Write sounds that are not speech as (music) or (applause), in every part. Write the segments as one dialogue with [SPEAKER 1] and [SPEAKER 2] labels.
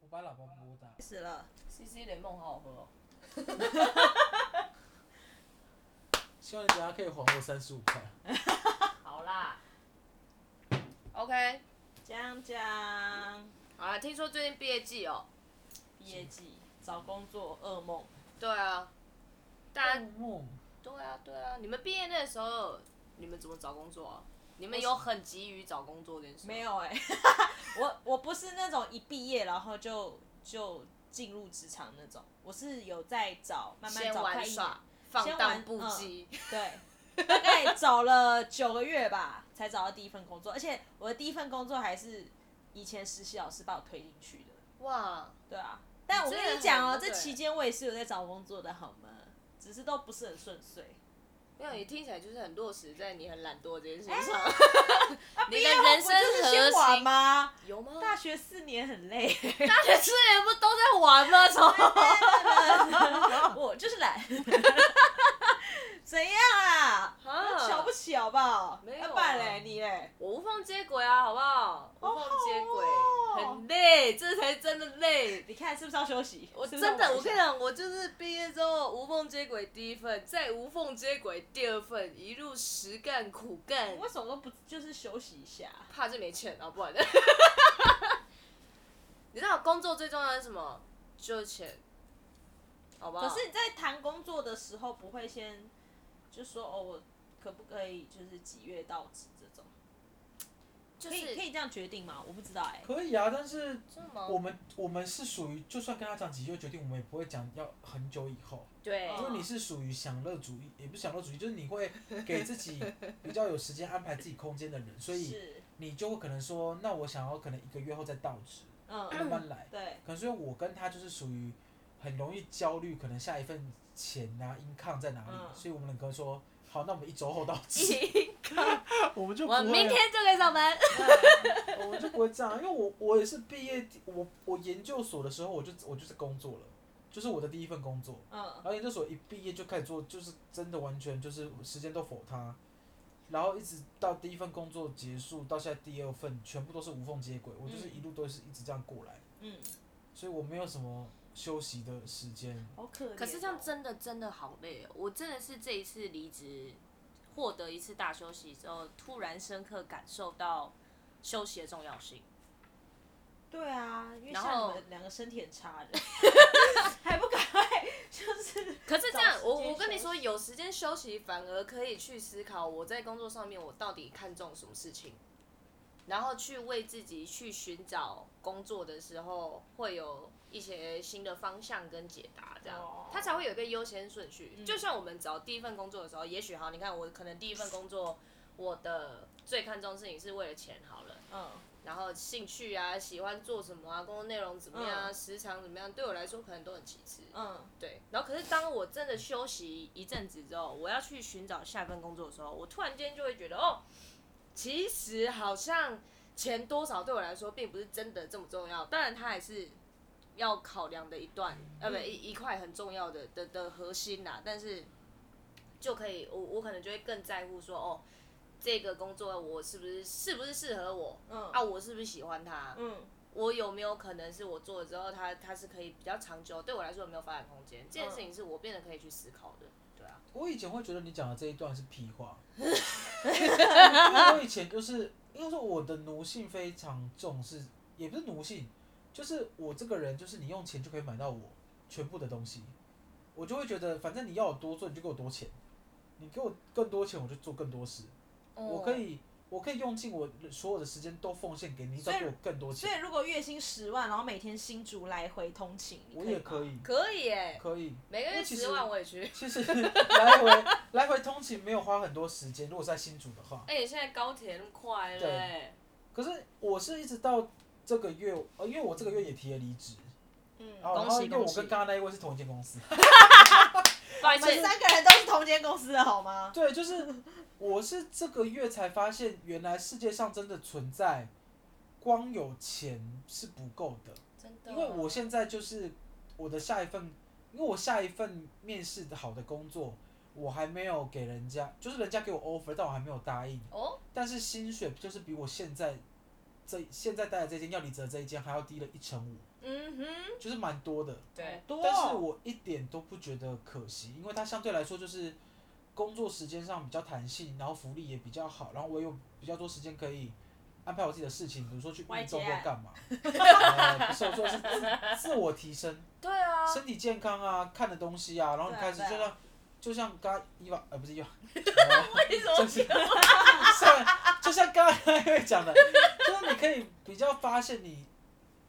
[SPEAKER 1] 我把喇叭拨大。
[SPEAKER 2] 开始了，
[SPEAKER 3] C C 联梦好好喝哦，
[SPEAKER 1] 希望你等下可以还我三十五块。
[SPEAKER 3] 好啦，OK，
[SPEAKER 2] 讲讲
[SPEAKER 3] 好啦，听说最近毕业季哦，
[SPEAKER 2] 毕业季找工作噩梦，
[SPEAKER 3] 对啊，大家
[SPEAKER 1] 噩梦，
[SPEAKER 3] 对啊对啊，你们毕业那时候你们怎么找工作啊？你们有很急于找工作这件事？
[SPEAKER 2] 没，有哎、 (laughs) 我我不是那种一毕业然后就就进入职场那种，我是有在找，慢慢
[SPEAKER 3] 先
[SPEAKER 2] 找，快
[SPEAKER 3] 玩
[SPEAKER 2] 一年，
[SPEAKER 3] 耍，放
[SPEAKER 2] 先
[SPEAKER 3] 荡
[SPEAKER 2] 玩嗯
[SPEAKER 3] 不羁，
[SPEAKER 2] 对，大概找了九个月吧，才找到第一份工作，而且我的第一份工作还是以前实习老师把我推进去的，
[SPEAKER 3] (laughs) 哇，
[SPEAKER 2] 对啊，但我
[SPEAKER 3] 真的
[SPEAKER 2] 跟你讲哦、
[SPEAKER 3] 很那
[SPEAKER 2] 这
[SPEAKER 3] 个欸
[SPEAKER 2] 期间我也是有在找工作的好吗？只是都不是很顺遂。
[SPEAKER 3] 没有，你听起来就是很落实在你很懒惰这件事 (laughs)
[SPEAKER 2] 哎
[SPEAKER 3] 上，你
[SPEAKER 2] 啊毕
[SPEAKER 3] 的
[SPEAKER 2] 业后
[SPEAKER 3] 人
[SPEAKER 2] 不
[SPEAKER 3] 生
[SPEAKER 2] 就是先
[SPEAKER 3] 核
[SPEAKER 2] 玩
[SPEAKER 3] 心
[SPEAKER 2] 吗？
[SPEAKER 3] 有吗？
[SPEAKER 2] 大学四年很 (laughs) 累，
[SPEAKER 3] 大学四年不都在玩
[SPEAKER 2] (laughs)
[SPEAKER 3] 吗？从
[SPEAKER 2] 我就是懒。 (laughs) 怎样啊？
[SPEAKER 3] 啊
[SPEAKER 2] 小不小吧？
[SPEAKER 3] 没有啊
[SPEAKER 2] 啊不然嘞，你嘞？
[SPEAKER 3] 我无缝接轨啊，好不好？无
[SPEAKER 2] 哦
[SPEAKER 3] 缝接轨、
[SPEAKER 2] 好好哦
[SPEAKER 3] 很累，这才真的累。
[SPEAKER 2] 你看是不是要休息？
[SPEAKER 3] 我
[SPEAKER 2] 是不
[SPEAKER 3] 真
[SPEAKER 2] 是
[SPEAKER 3] 的，我跟你
[SPEAKER 2] 要玩一下
[SPEAKER 3] 讲，我就是毕业之后无缝接轨第一份，再无缝接轨第二份，一路实干苦干
[SPEAKER 2] 我，为什么都不就是休息一下？
[SPEAKER 3] 怕这没钱啊，不
[SPEAKER 2] (laughs)
[SPEAKER 3] 然。你知道工作最重要的是什么？就是钱，好不好？
[SPEAKER 2] 可是你在谈工作的时候，不会先就说哦，我可不可以就是几月到职这种？
[SPEAKER 3] 就
[SPEAKER 2] 可以可
[SPEAKER 3] 是
[SPEAKER 2] 以这样决定吗？我不知道哎、
[SPEAKER 1] 可以啊，但是
[SPEAKER 3] 这么
[SPEAKER 1] 我们我们是属于，就算跟他讲几月决定，我们也不会讲要很久以后，
[SPEAKER 3] 对，
[SPEAKER 1] 因
[SPEAKER 2] 哦
[SPEAKER 1] 为你是属于享乐主义，也不是享乐主义，就是你会给自己比较有时间安排自己空间的人，所以
[SPEAKER 2] 是，
[SPEAKER 1] 你就会可能说，那我想要可能一个月后再到职，慢
[SPEAKER 2] 嗯，
[SPEAKER 1] 慢来。
[SPEAKER 2] (laughs) 对，
[SPEAKER 1] 可能所以我跟他就是属于很容易焦虑，可能下一份钱啊、income 在哪里，
[SPEAKER 2] 嗯
[SPEAKER 1] 所以我们两个说，好，那我们一周后到 (laughs) 期，
[SPEAKER 3] 一
[SPEAKER 1] 我们就不
[SPEAKER 3] 我
[SPEAKER 1] 会，啊
[SPEAKER 3] 明天就可以上班。
[SPEAKER 1] 我们就不会这样，因为我我也是毕业第，我我研究所的时候我就我就是工作了，就是我的第一份工作，
[SPEAKER 2] 嗯
[SPEAKER 1] 然，后研究所一毕业就开始做，就是真的完全就是时间都否他。然后一直到第一份工作结束，到现在第二份，全部都是无缝接轨。我就是一路都是一直这样过来，
[SPEAKER 2] 嗯，
[SPEAKER 1] 所以我没有什么休息的时间。
[SPEAKER 2] 好可怜哦、
[SPEAKER 3] 可是这样真的真的好累哦！我真的是这一次离职，获得一次大休息之后，突然深刻感受到休息的重要性。
[SPEAKER 2] 对啊，因为
[SPEAKER 3] 然
[SPEAKER 2] 像
[SPEAKER 3] 后
[SPEAKER 2] 你们两个身体很差
[SPEAKER 3] (laughs)
[SPEAKER 2] 的，还不赶快就是
[SPEAKER 3] 可是这样
[SPEAKER 2] 找时，间
[SPEAKER 3] 我我跟你
[SPEAKER 2] 休
[SPEAKER 3] 说，有时间休息反而可以去思考我在工作上面我到底看重什么事情，然后去为自己去寻找工作的时候会有一些新的方向跟解答，这样
[SPEAKER 2] 哦嗯
[SPEAKER 3] 它才会有一个优先顺序。就像我们找第一份工作的时候，也许好，你看我可能第一份工作我的最看重的事情是为了钱好了。
[SPEAKER 2] 嗯
[SPEAKER 3] 然后兴趣啊，喜欢做什么啊，工作内容怎么样啊，
[SPEAKER 2] 嗯
[SPEAKER 3] 时长怎么样，对我来说可能都很其次。
[SPEAKER 2] 嗯
[SPEAKER 3] 对，然后可是当我真的休息一阵子之后，我要去寻找下一份工作的时候，我突然间就会觉得，哦，其实好像钱多少对我来说并不是真的这么重要，当然它还是要考量的一段，呃，不一一块很重要的的的核心啦，但是就可以，我我可能就会更在乎说，哦，这个工作我是不是是不是适合我，
[SPEAKER 2] 嗯
[SPEAKER 3] 啊，我是不是喜欢它，
[SPEAKER 2] 嗯
[SPEAKER 3] 我有没有可能是我做了之后它，它是可以比较长久，对我来说有没有发展空间？这件事情是我变得可以去思考的，对啊，
[SPEAKER 1] 我以前会觉得你讲的这一段是屁 (laughs) 话，因为我以前就是应该说我的奴性非常重视，也不是奴性，就是我这个人就是你用钱就可以买到我全部的东西，我就会觉得反正你要我多做你就给我多钱，你给我更多钱我就做更多事，
[SPEAKER 3] 哦
[SPEAKER 1] 我可以我可以用尽我所有的时间都奉献给你，只要给我更多
[SPEAKER 2] 所
[SPEAKER 1] 钱，
[SPEAKER 2] 以如果月薪十万，然后每天新竹来回通勤，你
[SPEAKER 1] 我也
[SPEAKER 2] 可
[SPEAKER 1] 可
[SPEAKER 2] 以吗。
[SPEAKER 1] 以
[SPEAKER 3] 可以耶，
[SPEAKER 1] 可以。 (laughs)
[SPEAKER 3] 每个
[SPEAKER 1] 因
[SPEAKER 3] 月
[SPEAKER 1] 为其实
[SPEAKER 3] 十万我也去。 (laughs)
[SPEAKER 1] 其实 (laughs) 来回来回通勤没有花很多时间，如果是在新竹的话。
[SPEAKER 3] 哎、现在高铁那么快了
[SPEAKER 1] 对
[SPEAKER 3] 耶，
[SPEAKER 1] 可是我是一直到这个月，呃，因为我这个月也提了离职，
[SPEAKER 2] 嗯，
[SPEAKER 1] 然后哦然
[SPEAKER 3] 恭
[SPEAKER 1] 后
[SPEAKER 3] 喜
[SPEAKER 1] 因为我
[SPEAKER 3] 恭喜
[SPEAKER 1] 跟刚刚那一位是同一间公司， (laughs)
[SPEAKER 3] 不好意
[SPEAKER 2] 我们
[SPEAKER 3] 思，
[SPEAKER 2] 三个人都是同间公司的好吗？
[SPEAKER 1] 对，就是我是这个月才发现，原来世界上真的存在光有钱是不够的，
[SPEAKER 3] 真的，哦
[SPEAKER 1] 因为我现在就是我的下一份，因为我下一份面试的好的工作，我还没有给人家，就是人家给我 offer，但我还没有答应，
[SPEAKER 3] 哦，
[SPEAKER 1] 但是薪水就是比我现在这现在待的这间要离职的这一间还要低了一成五，
[SPEAKER 3] 嗯哼，
[SPEAKER 1] 就是蛮多的。
[SPEAKER 3] 对，
[SPEAKER 2] 多
[SPEAKER 1] 但
[SPEAKER 2] 哦、
[SPEAKER 1] 是我一点都不觉得可惜，因为它相对来说就是工作时间上比较弹性，然后福利也比较好，然后我有比较多时间可以安排我自己的事情，比如说去
[SPEAKER 2] 外
[SPEAKER 1] 运动
[SPEAKER 2] 接
[SPEAKER 1] 或
[SPEAKER 2] 案 (laughs)
[SPEAKER 1] 干嘛。呃、不是，我说的是自自我提升，
[SPEAKER 3] 对啊，
[SPEAKER 1] 身体健康啊，看的东西啊，然后你
[SPEAKER 2] 对啊
[SPEAKER 1] 开始
[SPEAKER 2] 对啊
[SPEAKER 1] 就像、就像刚刚伊娃呃不是伊娃，哦
[SPEAKER 3] 为什么
[SPEAKER 1] 就是像就像刚才讲的， (laughs) 就是你可以比较发现你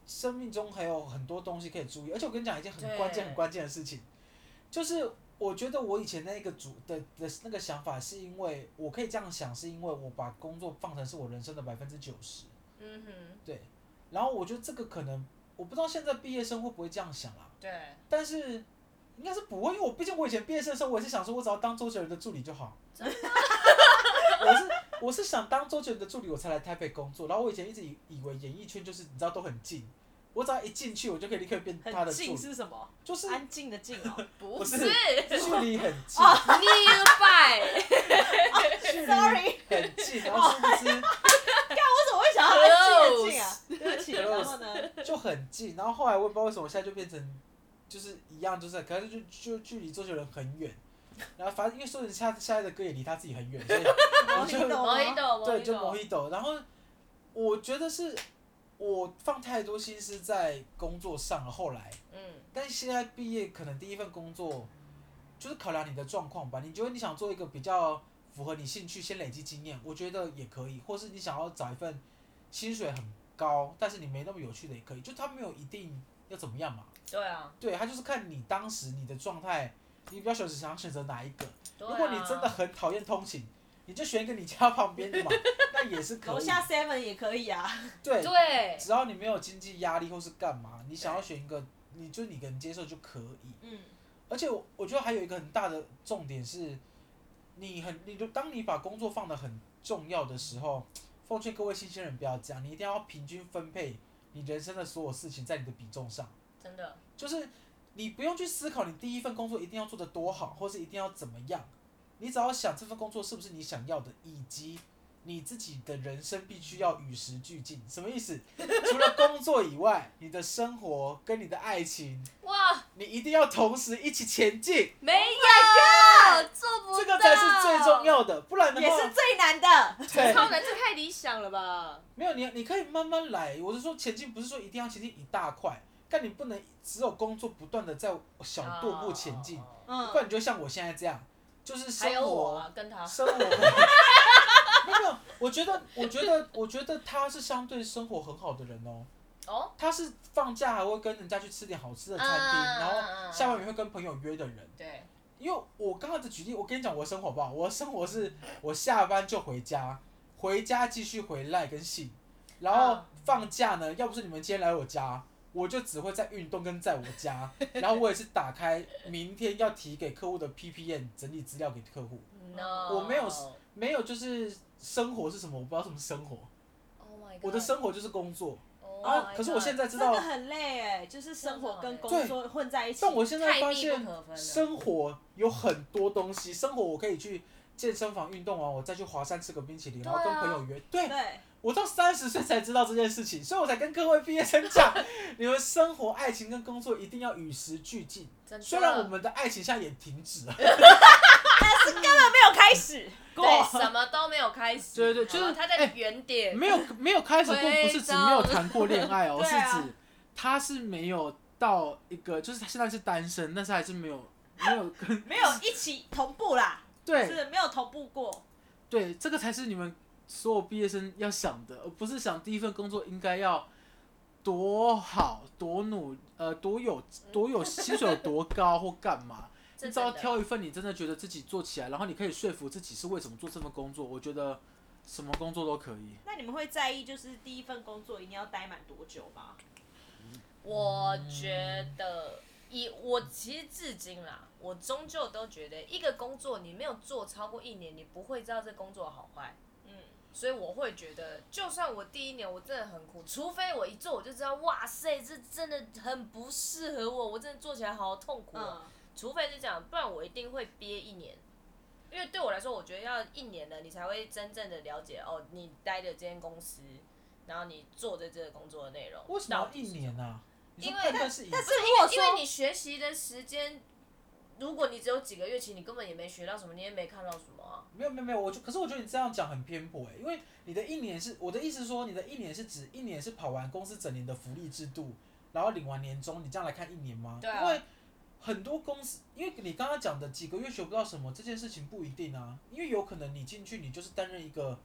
[SPEAKER 1] 生命中还有很多东西可以注意，而且我跟你讲一件很关键
[SPEAKER 3] 对
[SPEAKER 1] 很关键的事情，就是我觉得我以前那个主的的那个想法，是因为我可以这样想，是因为我把工作放成是我人生的百分之九十，
[SPEAKER 3] 嗯哼，
[SPEAKER 1] 对，然后我觉得这个可能我不知道现在毕业生会不会这样想啦、啊
[SPEAKER 3] 对，
[SPEAKER 1] 但是应该是不会，因为我毕竟我以前毕业生的时候，我也是想说，我只要当周杰伦的助理就
[SPEAKER 2] (laughs)
[SPEAKER 1] 好。我是我是想当周杰伦的助理，我才来台北工作。然后我以前一直以以为演艺圈就是你知道都很近，我只要一进去，我就可以立刻变他
[SPEAKER 2] 很
[SPEAKER 1] 的助
[SPEAKER 2] 静
[SPEAKER 1] 理，
[SPEAKER 2] 是什么？
[SPEAKER 1] 就是
[SPEAKER 2] 安静的静哦。
[SPEAKER 1] (laughs)
[SPEAKER 3] 不
[SPEAKER 1] 不
[SPEAKER 3] 是
[SPEAKER 1] 是距离很近，
[SPEAKER 3] (laughs) nearby，
[SPEAKER 1] 距离
[SPEAKER 2] Sorry，哦
[SPEAKER 1] 很近，然后殊不
[SPEAKER 2] 我怎么会想到安静的静啊？对不起，
[SPEAKER 1] Close
[SPEAKER 2] 然后呢？
[SPEAKER 1] 知就很近。然后后来我也不知道为什么现在就变成就是一样，就是可是就就距离周杰伦很远。然后反正因为周杰伦现在现在的歌也离他自己很远，所以
[SPEAKER 2] 我
[SPEAKER 1] 我就
[SPEAKER 2] 哦听懂
[SPEAKER 3] 某一
[SPEAKER 2] 吗？
[SPEAKER 3] 种，
[SPEAKER 1] 对，就
[SPEAKER 3] 某
[SPEAKER 1] 摩
[SPEAKER 3] 一种，
[SPEAKER 1] 一斗。然后我觉得是我放太多心思在工作上了，后来，
[SPEAKER 3] 嗯，
[SPEAKER 1] 但现在毕业可能第一份工作就是考量你的状况吧。你觉得你想做一个比较符合你兴趣，先累积经验，我觉得也可以；或是你想要找一份薪水很高，但是你没那么有趣的也可以。就他没有一定要怎么样嘛，
[SPEAKER 3] 对啊，
[SPEAKER 1] 对他就是看你当时你的状态，你比较选想选择哪一个。
[SPEAKER 3] 对啊
[SPEAKER 1] 如果你真的很讨厌通勤，你就选一个你家旁边的嘛，那也是可
[SPEAKER 2] 楼
[SPEAKER 1] 以。
[SPEAKER 2] 下 Seven 也可以啊。
[SPEAKER 1] 对，
[SPEAKER 3] 对，
[SPEAKER 1] 只要你没有经济压力或是干嘛，你想要选一个，你就你能接受就可以。
[SPEAKER 2] 嗯，
[SPEAKER 1] 而且我我觉得还有一个很大的重点是，你很你就当你把工作放得很重要的时候，奉劝各位新鲜人不要这样，你一定要平均分配你人生的所有事情在你的比重上。
[SPEAKER 3] 真的，
[SPEAKER 1] 就是你不用去思考你第一份工作一定要做得多好，或是一定要怎么样，你只要想这份工作是不是你想要的，以及你自己的人生必须要与时俱进。什么意思？ (laughs) 除了工作以外，你的生活跟你的爱情，
[SPEAKER 3] 哇，
[SPEAKER 1] 你一定要同时一起前进，
[SPEAKER 3] 没有，做不到，
[SPEAKER 1] 这个才是最重，要的。不然的
[SPEAKER 2] 也是
[SPEAKER 1] 话，
[SPEAKER 2] 最难的。 (laughs)
[SPEAKER 1] 对，
[SPEAKER 3] 超难，这太理想了吧？
[SPEAKER 1] 没有你，你可以慢慢来。我是说前进，不是说一定要前进一大块，但你不能只有工作不断的在小
[SPEAKER 2] 啊
[SPEAKER 1] 踱步前进。
[SPEAKER 3] 哦
[SPEAKER 2] 嗯
[SPEAKER 1] 不，然你就像我现在这样，就是
[SPEAKER 3] 还
[SPEAKER 1] 生
[SPEAKER 3] 有我
[SPEAKER 1] 活，
[SPEAKER 3] 啊，跟他，
[SPEAKER 1] 生活。
[SPEAKER 3] (laughs)
[SPEAKER 1] 没有，没有，我觉得，我觉得，我觉得他是相对生活很好的人哦。
[SPEAKER 3] 哦，
[SPEAKER 1] 他是放假还会跟人家去吃点好吃的餐厅，
[SPEAKER 3] 嗯
[SPEAKER 1] 然
[SPEAKER 3] 嗯嗯
[SPEAKER 1] 后
[SPEAKER 3] 嗯
[SPEAKER 1] 下班也会跟朋友约的人。
[SPEAKER 3] 对，
[SPEAKER 1] 因为我刚刚的举例，我跟你讲我的生活吧，我的生活是我下班就回家，回家继续回来跟信，然后
[SPEAKER 3] 嗯
[SPEAKER 1] 放假呢，要不是你们今天来我家，我就只会在运动跟在我家， (laughs) 然后我也是打开明天要提给客户的 PPN 整理资料给客户，
[SPEAKER 3] No，
[SPEAKER 1] 我没有没有就是生活是什么，我不知道什么生活，
[SPEAKER 3] Oh my god，
[SPEAKER 1] 我的生活就是工作，
[SPEAKER 3] Oh
[SPEAKER 1] 然
[SPEAKER 3] my
[SPEAKER 1] 后可是我
[SPEAKER 3] god
[SPEAKER 1] 现在知
[SPEAKER 2] 哦真
[SPEAKER 1] 道
[SPEAKER 2] 的，很累哎，就是生活跟工作混在一起。
[SPEAKER 1] 但我现在
[SPEAKER 3] 太
[SPEAKER 1] 发
[SPEAKER 3] 密不
[SPEAKER 1] 现
[SPEAKER 3] 可分了，
[SPEAKER 1] 生活有很多东西，生活我可以去健身房运动完，我再去华山吃个冰淇淋，
[SPEAKER 3] 对
[SPEAKER 1] 然后
[SPEAKER 3] 啊
[SPEAKER 1] 跟朋友约。对，
[SPEAKER 2] 对，
[SPEAKER 1] 我到三十岁才知道这件事情，所以我才跟各位毕业生讲，你们生活、爱情跟工作一定要与时俱进。
[SPEAKER 3] 真的
[SPEAKER 1] 虽然我们的爱情现在也停止
[SPEAKER 3] (laughs)
[SPEAKER 1] 了，
[SPEAKER 2] 他没有开始
[SPEAKER 3] 对
[SPEAKER 1] (laughs)
[SPEAKER 2] 过。
[SPEAKER 3] 什么都没有开始，
[SPEAKER 1] 对对
[SPEAKER 3] 好吧
[SPEAKER 1] 就是哎
[SPEAKER 3] 他在原点，
[SPEAKER 1] 没有没有开始过，
[SPEAKER 3] 回
[SPEAKER 1] 不是指
[SPEAKER 3] 到
[SPEAKER 1] 没有谈过恋爱哦，
[SPEAKER 2] 对啊
[SPEAKER 1] 是指他是没有到一个，就是他现在是单身，但是还是没有没有跟
[SPEAKER 2] 没有一起同步啦，
[SPEAKER 1] 对
[SPEAKER 2] 是没有同步过。
[SPEAKER 1] 对，这个才是你们所有毕业生要想的，而不是想第一份工作应该要多好、多努、呃多有、多有薪水有多高或干
[SPEAKER 3] (laughs)
[SPEAKER 1] 嘛。
[SPEAKER 3] 嗯这
[SPEAKER 1] 你只要
[SPEAKER 3] 真的
[SPEAKER 1] 挑一份你真的觉得自己做起来，然后你可以说服自己是为什么做这份工作。我觉得什么工作都可以。
[SPEAKER 2] 那你们会在意就是第一份工作一定要待满多久吗？
[SPEAKER 3] 我觉得以我其实至今啦，我终究都觉得一个工作你没有做超过一年，你不会知道这工作好坏。
[SPEAKER 2] 嗯，
[SPEAKER 3] 所以我会觉得，就算我第一年我真的很苦，除非我一做我就知道，哇塞，这真的很不适合我，我真的做起来好痛苦、啊。
[SPEAKER 2] 嗯，
[SPEAKER 3] 除非是这样，不然我一定会憋一年。因为对我来说，我觉得要一年了，你才会真正的了解哦，你待的这间公司然后你做的这个工作的内容。
[SPEAKER 1] 为什么要
[SPEAKER 3] 到底
[SPEAKER 1] 一
[SPEAKER 3] 是
[SPEAKER 1] 年啊？你说
[SPEAKER 3] 因为
[SPEAKER 1] 判断是以
[SPEAKER 2] 但是
[SPEAKER 3] 不是
[SPEAKER 2] 如果
[SPEAKER 3] 因为因
[SPEAKER 2] 说
[SPEAKER 3] 为你学习的时间，如果你只有几个月，其实你根本也没学到什么，你也没看到什么啊。
[SPEAKER 1] 没有没有没有，我就可是我觉得你这样讲很偏颇哎，因为你的一年是我的意思是说，你的一年是指一年是跑完公司整年的福利制度，然后领完年终，你这样来看一年吗？
[SPEAKER 3] 对啊
[SPEAKER 1] 因为很多公司，因为你刚刚讲的几个月学不到什么这件事情不一定啊，因为有可能你进去你就是担任一个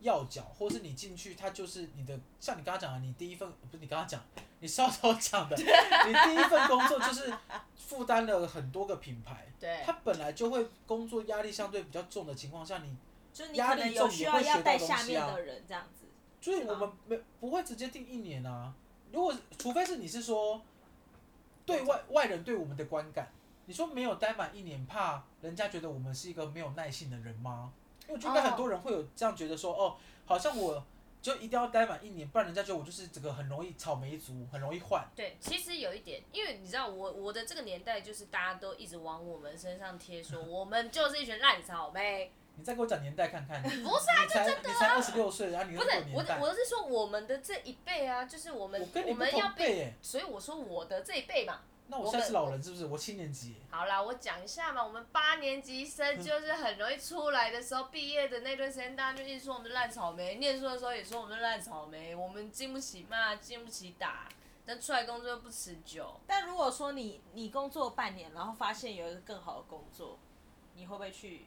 [SPEAKER 1] 要角，或是你进去他就是你的，像你刚刚讲的，你第一份不是你刚刚讲，你稍早讲的，你第一份工作就是负担了很多个品牌。
[SPEAKER 3] 对
[SPEAKER 1] 他本来就会工作压力相对比较重的情况下，你，
[SPEAKER 2] 就是你
[SPEAKER 1] 压
[SPEAKER 2] 可
[SPEAKER 1] 力
[SPEAKER 2] 能
[SPEAKER 1] 重
[SPEAKER 2] 有
[SPEAKER 1] 也
[SPEAKER 2] 需
[SPEAKER 1] 会
[SPEAKER 2] 要
[SPEAKER 1] 学
[SPEAKER 2] 要
[SPEAKER 1] 到
[SPEAKER 2] 带
[SPEAKER 1] 东
[SPEAKER 2] 下
[SPEAKER 1] 西
[SPEAKER 2] 面
[SPEAKER 1] 啊
[SPEAKER 2] 的人这样子。
[SPEAKER 1] 所以
[SPEAKER 2] 是吗
[SPEAKER 1] 我们没不会直接定一年啊。如果除非是你是说对外外人对我们的观感，你说没有待满一年，怕人家觉得我们是一个没有耐性的人吗？因为我觉得
[SPEAKER 3] 哦
[SPEAKER 1] 很多人会有这样觉得说，哦，好像我就一定要待满一年，不然人家觉得我就是这个很容易草莓族，很容易换。
[SPEAKER 3] 对，其实有一点，因为你知道我我的这个年代就是大家都一直往我们身上贴，说我们就是一群烂草莓。
[SPEAKER 1] 你再给我讲年代看
[SPEAKER 3] (laughs)
[SPEAKER 1] 看，不
[SPEAKER 3] 不是
[SPEAKER 1] 啊，你才你才二十六岁，啊然后你
[SPEAKER 3] 不
[SPEAKER 1] 又
[SPEAKER 3] 是
[SPEAKER 1] 有
[SPEAKER 3] 我
[SPEAKER 1] 年
[SPEAKER 3] 的
[SPEAKER 1] 代，
[SPEAKER 3] 我是说我们的这一辈啊，就是我们
[SPEAKER 1] 我跟你不
[SPEAKER 3] 们要
[SPEAKER 1] 同
[SPEAKER 3] 被，
[SPEAKER 1] 辈哎，
[SPEAKER 3] 所以我说我的这一辈嘛。
[SPEAKER 1] 那我
[SPEAKER 3] 我
[SPEAKER 1] 现在
[SPEAKER 3] 们
[SPEAKER 1] 是老人是不是？我七年级耶。
[SPEAKER 3] 好啦，我讲一下嘛，我们八年级生就是很容易出来的时候，毕业的那段时间，大家就一直说我们是烂草莓，念书的时候也说我们是烂草莓，我们经不起骂，经不起打，但出来工作又不持久。
[SPEAKER 2] 但如果说你你工作半年，然后发现有一个更好的工作，你会不会去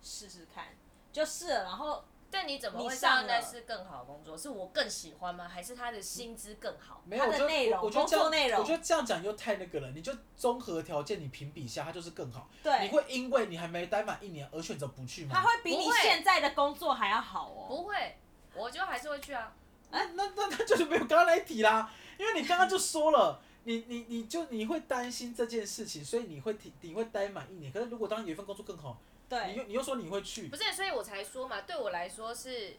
[SPEAKER 2] 试试看？就试了，然后
[SPEAKER 3] 但你怎么
[SPEAKER 2] 你
[SPEAKER 3] 会知
[SPEAKER 2] 上
[SPEAKER 3] 道那
[SPEAKER 2] 了
[SPEAKER 3] 是更好的工作？是我更喜欢吗？还是他的薪资更好？
[SPEAKER 1] 没有，
[SPEAKER 2] 它
[SPEAKER 1] 我
[SPEAKER 2] 的
[SPEAKER 1] 觉得
[SPEAKER 2] 内容
[SPEAKER 1] 我我觉得这
[SPEAKER 2] 工作
[SPEAKER 1] 样，
[SPEAKER 2] 内容
[SPEAKER 1] 我觉得这样讲又太那个了。你就综合条件你评比一下，它就是更好。你
[SPEAKER 2] 对，
[SPEAKER 1] 会因为你还没待满一年而选择不去吗？
[SPEAKER 2] 他会比
[SPEAKER 3] 不
[SPEAKER 2] 你
[SPEAKER 3] 会
[SPEAKER 2] 现在的工作还要好哦。
[SPEAKER 3] 不会，我就还是会去啊。
[SPEAKER 1] 那那那那就是没有刚刚那一题啦，因为你刚刚就说了， (laughs) 你你你就你会担心这件事情，所以你会提你会待满一年。可是如果当有一份工作更好，你
[SPEAKER 2] 对，
[SPEAKER 1] 又你又说你会去
[SPEAKER 3] 不，是，所以我才说嘛，对我来说是，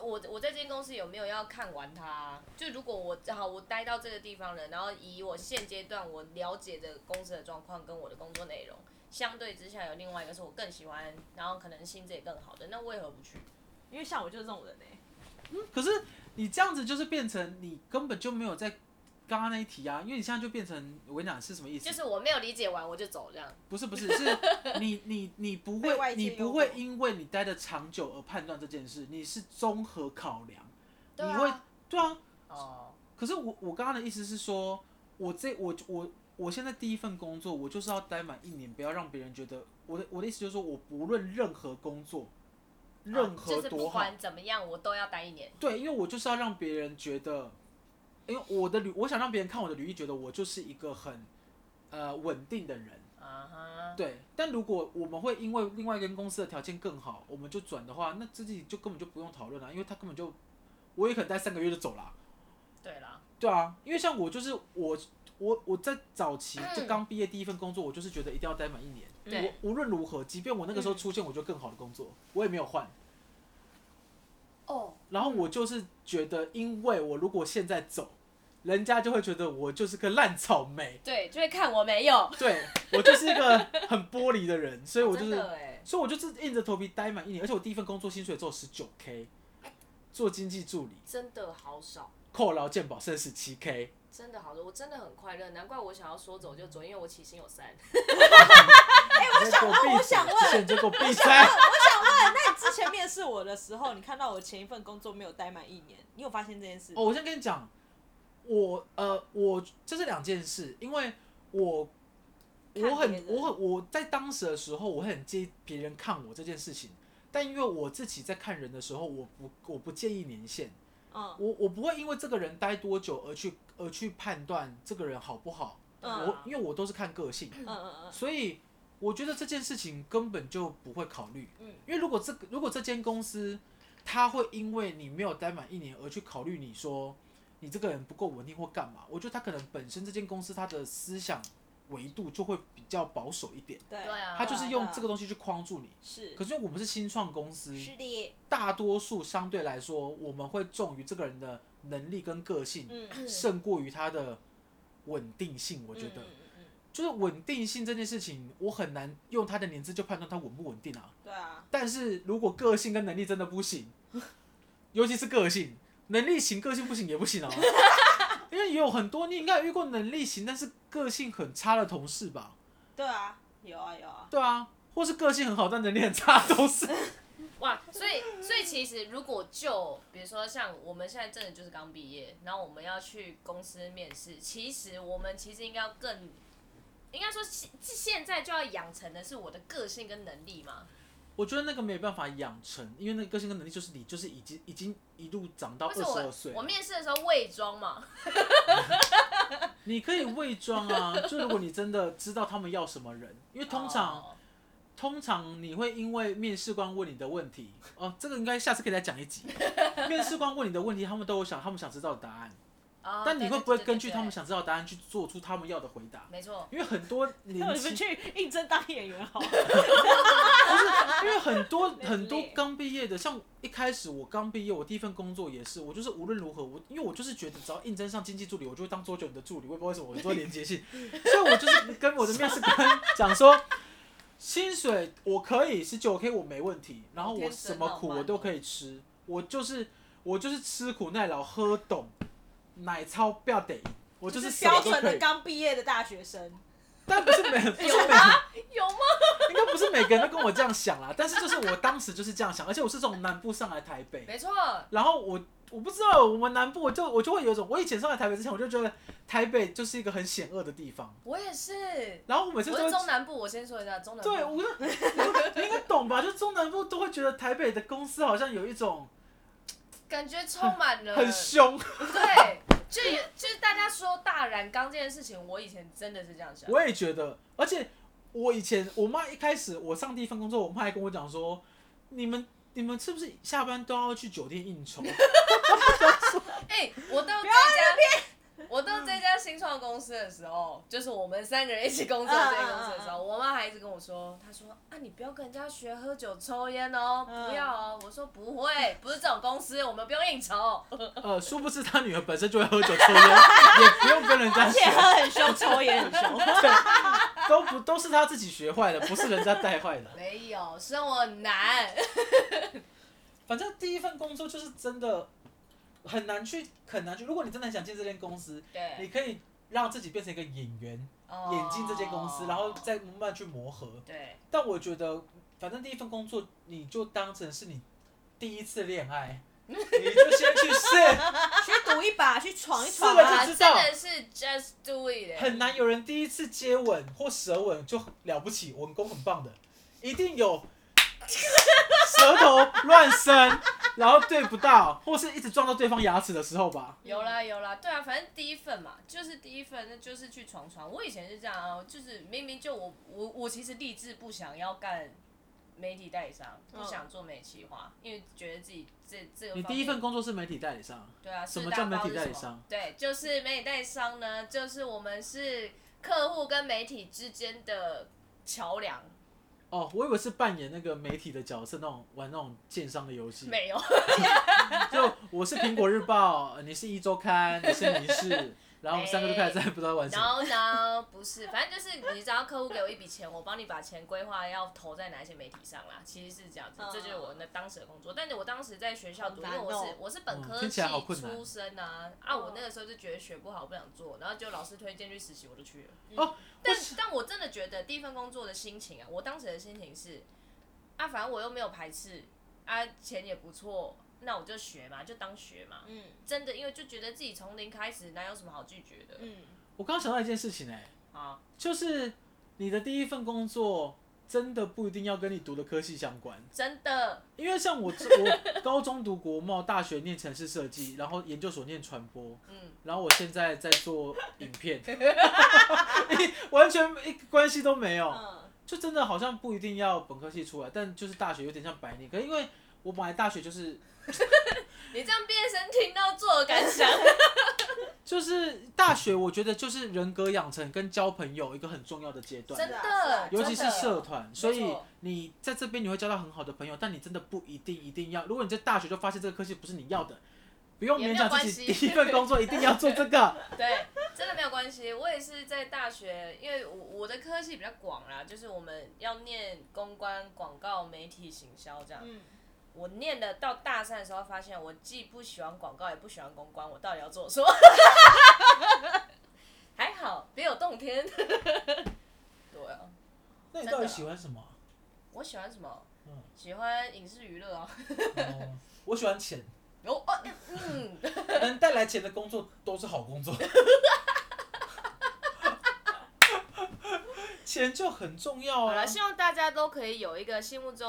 [SPEAKER 3] 我我在这间公司有没有要看完它啊、就如果我好，我待到这个地方了，然后以我现阶段我了解的公司的状况跟我的工作内容，相对之下有另外一个是我更喜欢，然后可能薪资也更好的，那为何不去？
[SPEAKER 2] 因为像我就是这种人哎、
[SPEAKER 1] 可是你这样子就是变成你根本就没有在刚刚那一题啊，因为你现在就变成我跟你讲是什么意思？
[SPEAKER 3] 就是我没有理解完我就走这样。
[SPEAKER 1] 不是不是，
[SPEAKER 3] (laughs)
[SPEAKER 1] 是你你你不
[SPEAKER 2] 被外
[SPEAKER 1] 会
[SPEAKER 2] 界
[SPEAKER 1] 你
[SPEAKER 2] 诱惑
[SPEAKER 1] 不会因为你待的长久而判断这件事，你是综合考量。
[SPEAKER 3] 对
[SPEAKER 1] 你会
[SPEAKER 3] 啊，
[SPEAKER 1] 对啊，
[SPEAKER 3] 哦，
[SPEAKER 1] 可是我我刚刚的意思是说，我这我我我现在第一份工作，我就是要待满一年，不要让别人觉得我的我的意思就是说我不论任何工作，任
[SPEAKER 3] 啊就
[SPEAKER 1] 何
[SPEAKER 3] 是
[SPEAKER 1] 多
[SPEAKER 3] 不
[SPEAKER 1] 好，
[SPEAKER 3] 管怎么样，我都要待一年。
[SPEAKER 1] 对，因为我就是要让别人觉得，因为我的履我想让别人看我的履历，觉得我就是一个很呃稳定的人。
[SPEAKER 3] 啊哈，
[SPEAKER 1] 对，但如果我们会因为另外一间公司的条件更好，我们就转的话，那自己就根本就不用讨论了，因为他根本就，我也可能待三个月就走了。
[SPEAKER 3] 对啦，
[SPEAKER 1] 对啊，因为像我就是我我我在早期
[SPEAKER 3] 嗯
[SPEAKER 1] 就刚毕业第一份工作，我就是觉得一定要待满一年。
[SPEAKER 3] 对
[SPEAKER 1] 我无论如何，即便我那个时候
[SPEAKER 3] 嗯
[SPEAKER 1] 出现我就更好的工作，我也没有换。
[SPEAKER 3] 哦，
[SPEAKER 1] 然后我就是觉得，因为我如果现在走，人家就会觉得我就是个烂草莓，
[SPEAKER 3] 对，就会看我没有。
[SPEAKER 1] 对我就是一个很玻璃的人，所以我就
[SPEAKER 3] 真
[SPEAKER 1] 是
[SPEAKER 3] 的哎，
[SPEAKER 1] 所以我就是硬着头皮待满一年，而且我第一份工作薪水只有十九 k，做经济助理，
[SPEAKER 3] 真的好少。
[SPEAKER 1] 扣劳健保剩十七 k，
[SPEAKER 3] 真的好的，我真的很快乐，难怪我想要说走就
[SPEAKER 1] 嗯
[SPEAKER 3] 走，因为我起薪有三。
[SPEAKER 1] 哎、我
[SPEAKER 2] 想问我想问
[SPEAKER 1] 现在给我闭嘴！
[SPEAKER 2] 那你之前面试我的时候，你看到我前一份工作没有待满一年，你有发现这件事？
[SPEAKER 1] 哦，我先跟你讲，我呃，我这是两件事，因为我我
[SPEAKER 2] 看别
[SPEAKER 1] 很
[SPEAKER 2] 人
[SPEAKER 1] 我很我在当时的时候，我会很介意别人看我这件事情，但因为我自己在看人的时候，我不我不介意年限，
[SPEAKER 2] 嗯
[SPEAKER 1] 我我不会因为这个人待多久而去而去判断这个人好不好，
[SPEAKER 2] 嗯
[SPEAKER 1] 我因为我都是看个性，
[SPEAKER 2] 嗯嗯
[SPEAKER 1] 所以我觉得这件事情根本就不会考虑，
[SPEAKER 2] 嗯
[SPEAKER 1] 因为如果这个如果这间公司，他会因为你没有待满一年而去考虑你说你这个人不够稳定或干嘛，我觉得他可能本身这间公司他的思想维度就会比较保守一点，
[SPEAKER 2] 嗯，对
[SPEAKER 3] 对啊
[SPEAKER 1] 他就是用
[SPEAKER 2] 对啊啊
[SPEAKER 1] 这个东西去框住你。
[SPEAKER 2] 是
[SPEAKER 1] 可是我们是新创公司，
[SPEAKER 2] 是的，
[SPEAKER 1] 大多数相对来说，我们会重于这个人的能力跟个性，
[SPEAKER 2] 嗯，
[SPEAKER 1] 胜过于他的稳定性。我觉得，
[SPEAKER 2] 嗯嗯嗯嗯
[SPEAKER 1] 就是稳定性这件事情，我很难用他的年资就判断他稳不稳定啊。
[SPEAKER 2] 对啊，
[SPEAKER 1] (laughs) 但是如果个性跟能力真的不行，尤其是个性，能力型、个性不行也不行啊。因为也有很多你应该遇过能力型但是个性很差的同事吧？
[SPEAKER 2] 对啊，有啊有啊，
[SPEAKER 1] 对啊，或是个性很好但能力很差的同事。 (laughs)
[SPEAKER 3] 哇，所以所以其实如果就比如说像我们现在真的就是刚毕业，然后我们要去公司面试，其实我们其实应该要更，应该说现现在就要养成的是我的个性跟能力嘛。
[SPEAKER 1] 我觉得那个没有办法养成，因为那个个性跟能力就是你就是已经已经一路长到二
[SPEAKER 3] 为什
[SPEAKER 1] 十
[SPEAKER 3] 么
[SPEAKER 1] 二
[SPEAKER 3] 我
[SPEAKER 1] 岁
[SPEAKER 3] 我，面试的时候伪装嘛？
[SPEAKER 1] 你可以伪装啊。就如果你真的知道他们要什么人，因为通常、
[SPEAKER 3] 哦
[SPEAKER 1] 通常你会因为面试官问你的问题，哦，这个应该下次可以再讲一
[SPEAKER 3] (laughs)
[SPEAKER 1] 集。面试官问你的问题，他们都有想他们想知道的答案，
[SPEAKER 3] 哦
[SPEAKER 1] 但你会不会
[SPEAKER 3] 对对对
[SPEAKER 1] 根据他们
[SPEAKER 3] 对
[SPEAKER 1] 想知道的答案去做出他们要的回答
[SPEAKER 3] 对？没错，
[SPEAKER 1] 因为很多
[SPEAKER 2] 那
[SPEAKER 1] 年
[SPEAKER 2] 我
[SPEAKER 1] 轻
[SPEAKER 2] 们，去应征当演员好了。 (laughs)
[SPEAKER 1] 因为很多
[SPEAKER 2] 累
[SPEAKER 1] 很多刚毕业的，像一开始我刚毕业，我第一份工作也是，我就是无论如何，我因为我就是觉得只要应征上经济助理，我就会当桌九你的助理，我也不知道为什么我做连接
[SPEAKER 2] (laughs)
[SPEAKER 1] 性，所以我就是跟我的面试官讲说，薪水我可以十九 k 我没问题，
[SPEAKER 2] 哦
[SPEAKER 1] 然后我什么苦我都可以吃，我就是我就是吃苦耐劳喝懂，奶超不要得，我就是什么
[SPEAKER 2] 标
[SPEAKER 1] 都
[SPEAKER 2] 准
[SPEAKER 1] 可
[SPEAKER 2] 的
[SPEAKER 1] 以，
[SPEAKER 2] 刚毕业的大
[SPEAKER 1] (laughs)
[SPEAKER 2] 学生，
[SPEAKER 1] 但不是
[SPEAKER 2] (laughs)
[SPEAKER 1] 每不是每。
[SPEAKER 3] 有吗？
[SPEAKER 1] 应该不是每个人都跟我这样想啦，但是就是我当时就是这样想，而且我是从南部上来台北，
[SPEAKER 3] 没错，
[SPEAKER 1] 然后我我不知道我们南部我就我就会有一种，我以前上来台北之前我就觉得台北就是一个很险恶的地方，
[SPEAKER 3] 我也是。
[SPEAKER 1] 然后我每次
[SPEAKER 3] 我
[SPEAKER 1] 都
[SPEAKER 3] 是
[SPEAKER 1] 会
[SPEAKER 3] 中南部，我先说一下中南部。
[SPEAKER 1] 对我就你应该懂吧，就中南部都会觉得台北的公司好像有一种
[SPEAKER 3] 感觉充满
[SPEAKER 1] (laughs)
[SPEAKER 3] 了
[SPEAKER 1] 很凶，
[SPEAKER 3] 对，就有就是大家说大染缸这件事情，我以前真的是这样想。
[SPEAKER 1] 我也觉得，而且我以前我妈一开始我上第一份工作，我妈还跟我讲说，你们你们是不是下班都要去酒店应酬？
[SPEAKER 3] 哎、我到这家， (laughs) 我到这家新创公司的时候，就是我们三个人一起工作
[SPEAKER 2] 嗯
[SPEAKER 3] 这个公司的时候，我妈还一直跟我说，她说啊，你不要跟人家学喝酒抽烟哦，
[SPEAKER 2] 嗯
[SPEAKER 3] 不要哦。我说不会，不是这种公司，我们不用
[SPEAKER 1] (laughs)
[SPEAKER 3] 应酬。
[SPEAKER 1] 呃，殊不知他女儿本身就会喝酒抽烟，也不用跟人家
[SPEAKER 2] 而且
[SPEAKER 1] 学，
[SPEAKER 2] 喝很凶，抽也很凶。
[SPEAKER 1] 对，都不都是他自己学坏的，不是人家带坏的。
[SPEAKER 3] 没有，生活
[SPEAKER 1] (laughs)
[SPEAKER 3] 很难。
[SPEAKER 1] 反正第一份工作就是真的很难去，很难去。如果你真的很想进这间公司，你
[SPEAKER 3] 对，
[SPEAKER 1] 可以让自己变成一个演员，
[SPEAKER 3] 哦
[SPEAKER 1] 演进这间公司，然后再慢慢去磨合。
[SPEAKER 3] 对，
[SPEAKER 1] 但我觉得，反正第一份工作你就当成是你第一次恋爱， (laughs) 你就先去试，
[SPEAKER 2] 去赌一把，去闯一
[SPEAKER 1] 试
[SPEAKER 2] 闯
[SPEAKER 1] 了
[SPEAKER 2] 啊
[SPEAKER 1] 就！
[SPEAKER 3] 真
[SPEAKER 1] 知道
[SPEAKER 3] 的是 just do it 欸。
[SPEAKER 1] 很难有人第一次接吻或舌吻就了不起，吻功很棒的，一定 (laughs) 有舌头乱伸，然后对不到，或是一直撞到对方牙齿的时候吧。
[SPEAKER 3] 有啦有啦，对啊，反正第一份嘛，就是第一份，那就是去闯闯。我以前是这样啊，就是明明就我我我其实立志不想要干媒体代理商，
[SPEAKER 2] 嗯
[SPEAKER 3] 不想做美企划，因为觉得自己这这个
[SPEAKER 1] 你
[SPEAKER 3] 方
[SPEAKER 1] (laughs) 第一
[SPEAKER 3] 面
[SPEAKER 1] 份工作是媒体代理商，
[SPEAKER 3] 对啊，
[SPEAKER 1] 什
[SPEAKER 3] 四
[SPEAKER 1] 么
[SPEAKER 3] 大
[SPEAKER 1] 叫媒
[SPEAKER 3] 报
[SPEAKER 1] 体
[SPEAKER 3] 是
[SPEAKER 1] 代
[SPEAKER 3] 什
[SPEAKER 1] 理
[SPEAKER 3] 么
[SPEAKER 1] 商
[SPEAKER 3] 对，就是媒体代理商呢，就是我们是客户跟媒体之间的桥梁，
[SPEAKER 1] 哦，我以为是扮演那个媒体的角色，那种玩那种奸商的游戏。
[SPEAKER 3] 没有，
[SPEAKER 1] 就我是苹果日报，呃你是一周刊，你是民
[SPEAKER 3] (laughs)
[SPEAKER 1] 视，然后我们三个就开始在不知道玩什么。
[SPEAKER 3] no no 不是，反正就是你只要客户给我一笔钱，我帮你把钱规划要投在哪一些媒体上啦。其实是这样子
[SPEAKER 2] 嗯，
[SPEAKER 3] 这就是我那当时的工作。但是我当时在学校读，因
[SPEAKER 2] 好难
[SPEAKER 3] 为
[SPEAKER 2] 哦嗯
[SPEAKER 3] 我是我是本
[SPEAKER 1] 嗯
[SPEAKER 3] 科
[SPEAKER 1] 听起
[SPEAKER 3] 系
[SPEAKER 1] 来好困难
[SPEAKER 3] 出身啊，啊，我那个时候就觉得学不好，不想做，然后就老师推荐去实习，我就去了。
[SPEAKER 2] 嗯
[SPEAKER 1] 哦，
[SPEAKER 3] 但但我真的觉得第一份工作的心情啊，我当时的心情是，啊，反正我又没有排斥，啊，钱也不错，那我就学嘛，就当学嘛。
[SPEAKER 2] 嗯
[SPEAKER 3] 真的，因为就觉得自己从零开始，哪有什么好拒绝的？
[SPEAKER 2] 嗯，
[SPEAKER 1] 我刚刚想到一件事情哎、
[SPEAKER 3] 啊，
[SPEAKER 1] 就是你的第一份工作真的不一定要跟你读的科系相关，
[SPEAKER 3] 真的。
[SPEAKER 1] 因为像我这我高中读国贸，大学念城市设计，然后研究所念传播，
[SPEAKER 3] 嗯，
[SPEAKER 1] 然后我现在在做影片，完全一个关系都没有，
[SPEAKER 2] 嗯，
[SPEAKER 1] 就真的好像不一定要本科系出来，但就是大学有点像白念，可是因为我本来大学就是
[SPEAKER 3] 你这样变身听到做的感 (laughs) 想，
[SPEAKER 1] 就是大学，我觉得就是人格养成跟交朋友一个很重要的阶段
[SPEAKER 3] 真。
[SPEAKER 2] 是啊是
[SPEAKER 3] 的
[SPEAKER 2] 啊，
[SPEAKER 1] 尤其
[SPEAKER 3] 真
[SPEAKER 1] 是
[SPEAKER 3] 的
[SPEAKER 1] 社团，所以
[SPEAKER 3] 错
[SPEAKER 1] 你在这边你会交到很好的朋友，但你真的不一定一定要。如果你在大学就发现这个科系不是你要的，不用
[SPEAKER 3] 也
[SPEAKER 1] 勉
[SPEAKER 3] 没有
[SPEAKER 1] 强
[SPEAKER 3] 关
[SPEAKER 1] 自
[SPEAKER 3] 系
[SPEAKER 1] 己第一份工作一定要做这
[SPEAKER 3] (laughs)
[SPEAKER 1] 个。
[SPEAKER 3] 对，真的没有关系。我也是在大学，因为我我的科系比较广啦，就是我们要念公关、广告、媒体、行销这样。
[SPEAKER 2] 嗯，
[SPEAKER 3] 我念的到大三的时候，发现我既不喜欢广告，也不喜欢公关，我到底要做什么？ (laughs) 还好别有洞天。 (laughs) 对啊，
[SPEAKER 1] 那你到
[SPEAKER 3] 真
[SPEAKER 1] 底
[SPEAKER 3] 的
[SPEAKER 1] 喜欢什么啊、
[SPEAKER 3] 我喜欢什么？
[SPEAKER 1] 嗯
[SPEAKER 3] 喜欢影视娱乐啊。
[SPEAKER 1] 哦我喜欢钱，
[SPEAKER 3] 有哦，嗯，
[SPEAKER 1] 能带来钱的工作都是好工
[SPEAKER 3] (laughs)
[SPEAKER 1] 作。 (laughs) 钱就很重要
[SPEAKER 3] 好
[SPEAKER 1] 啊
[SPEAKER 3] 了，。希望大家都可以有一个心目中。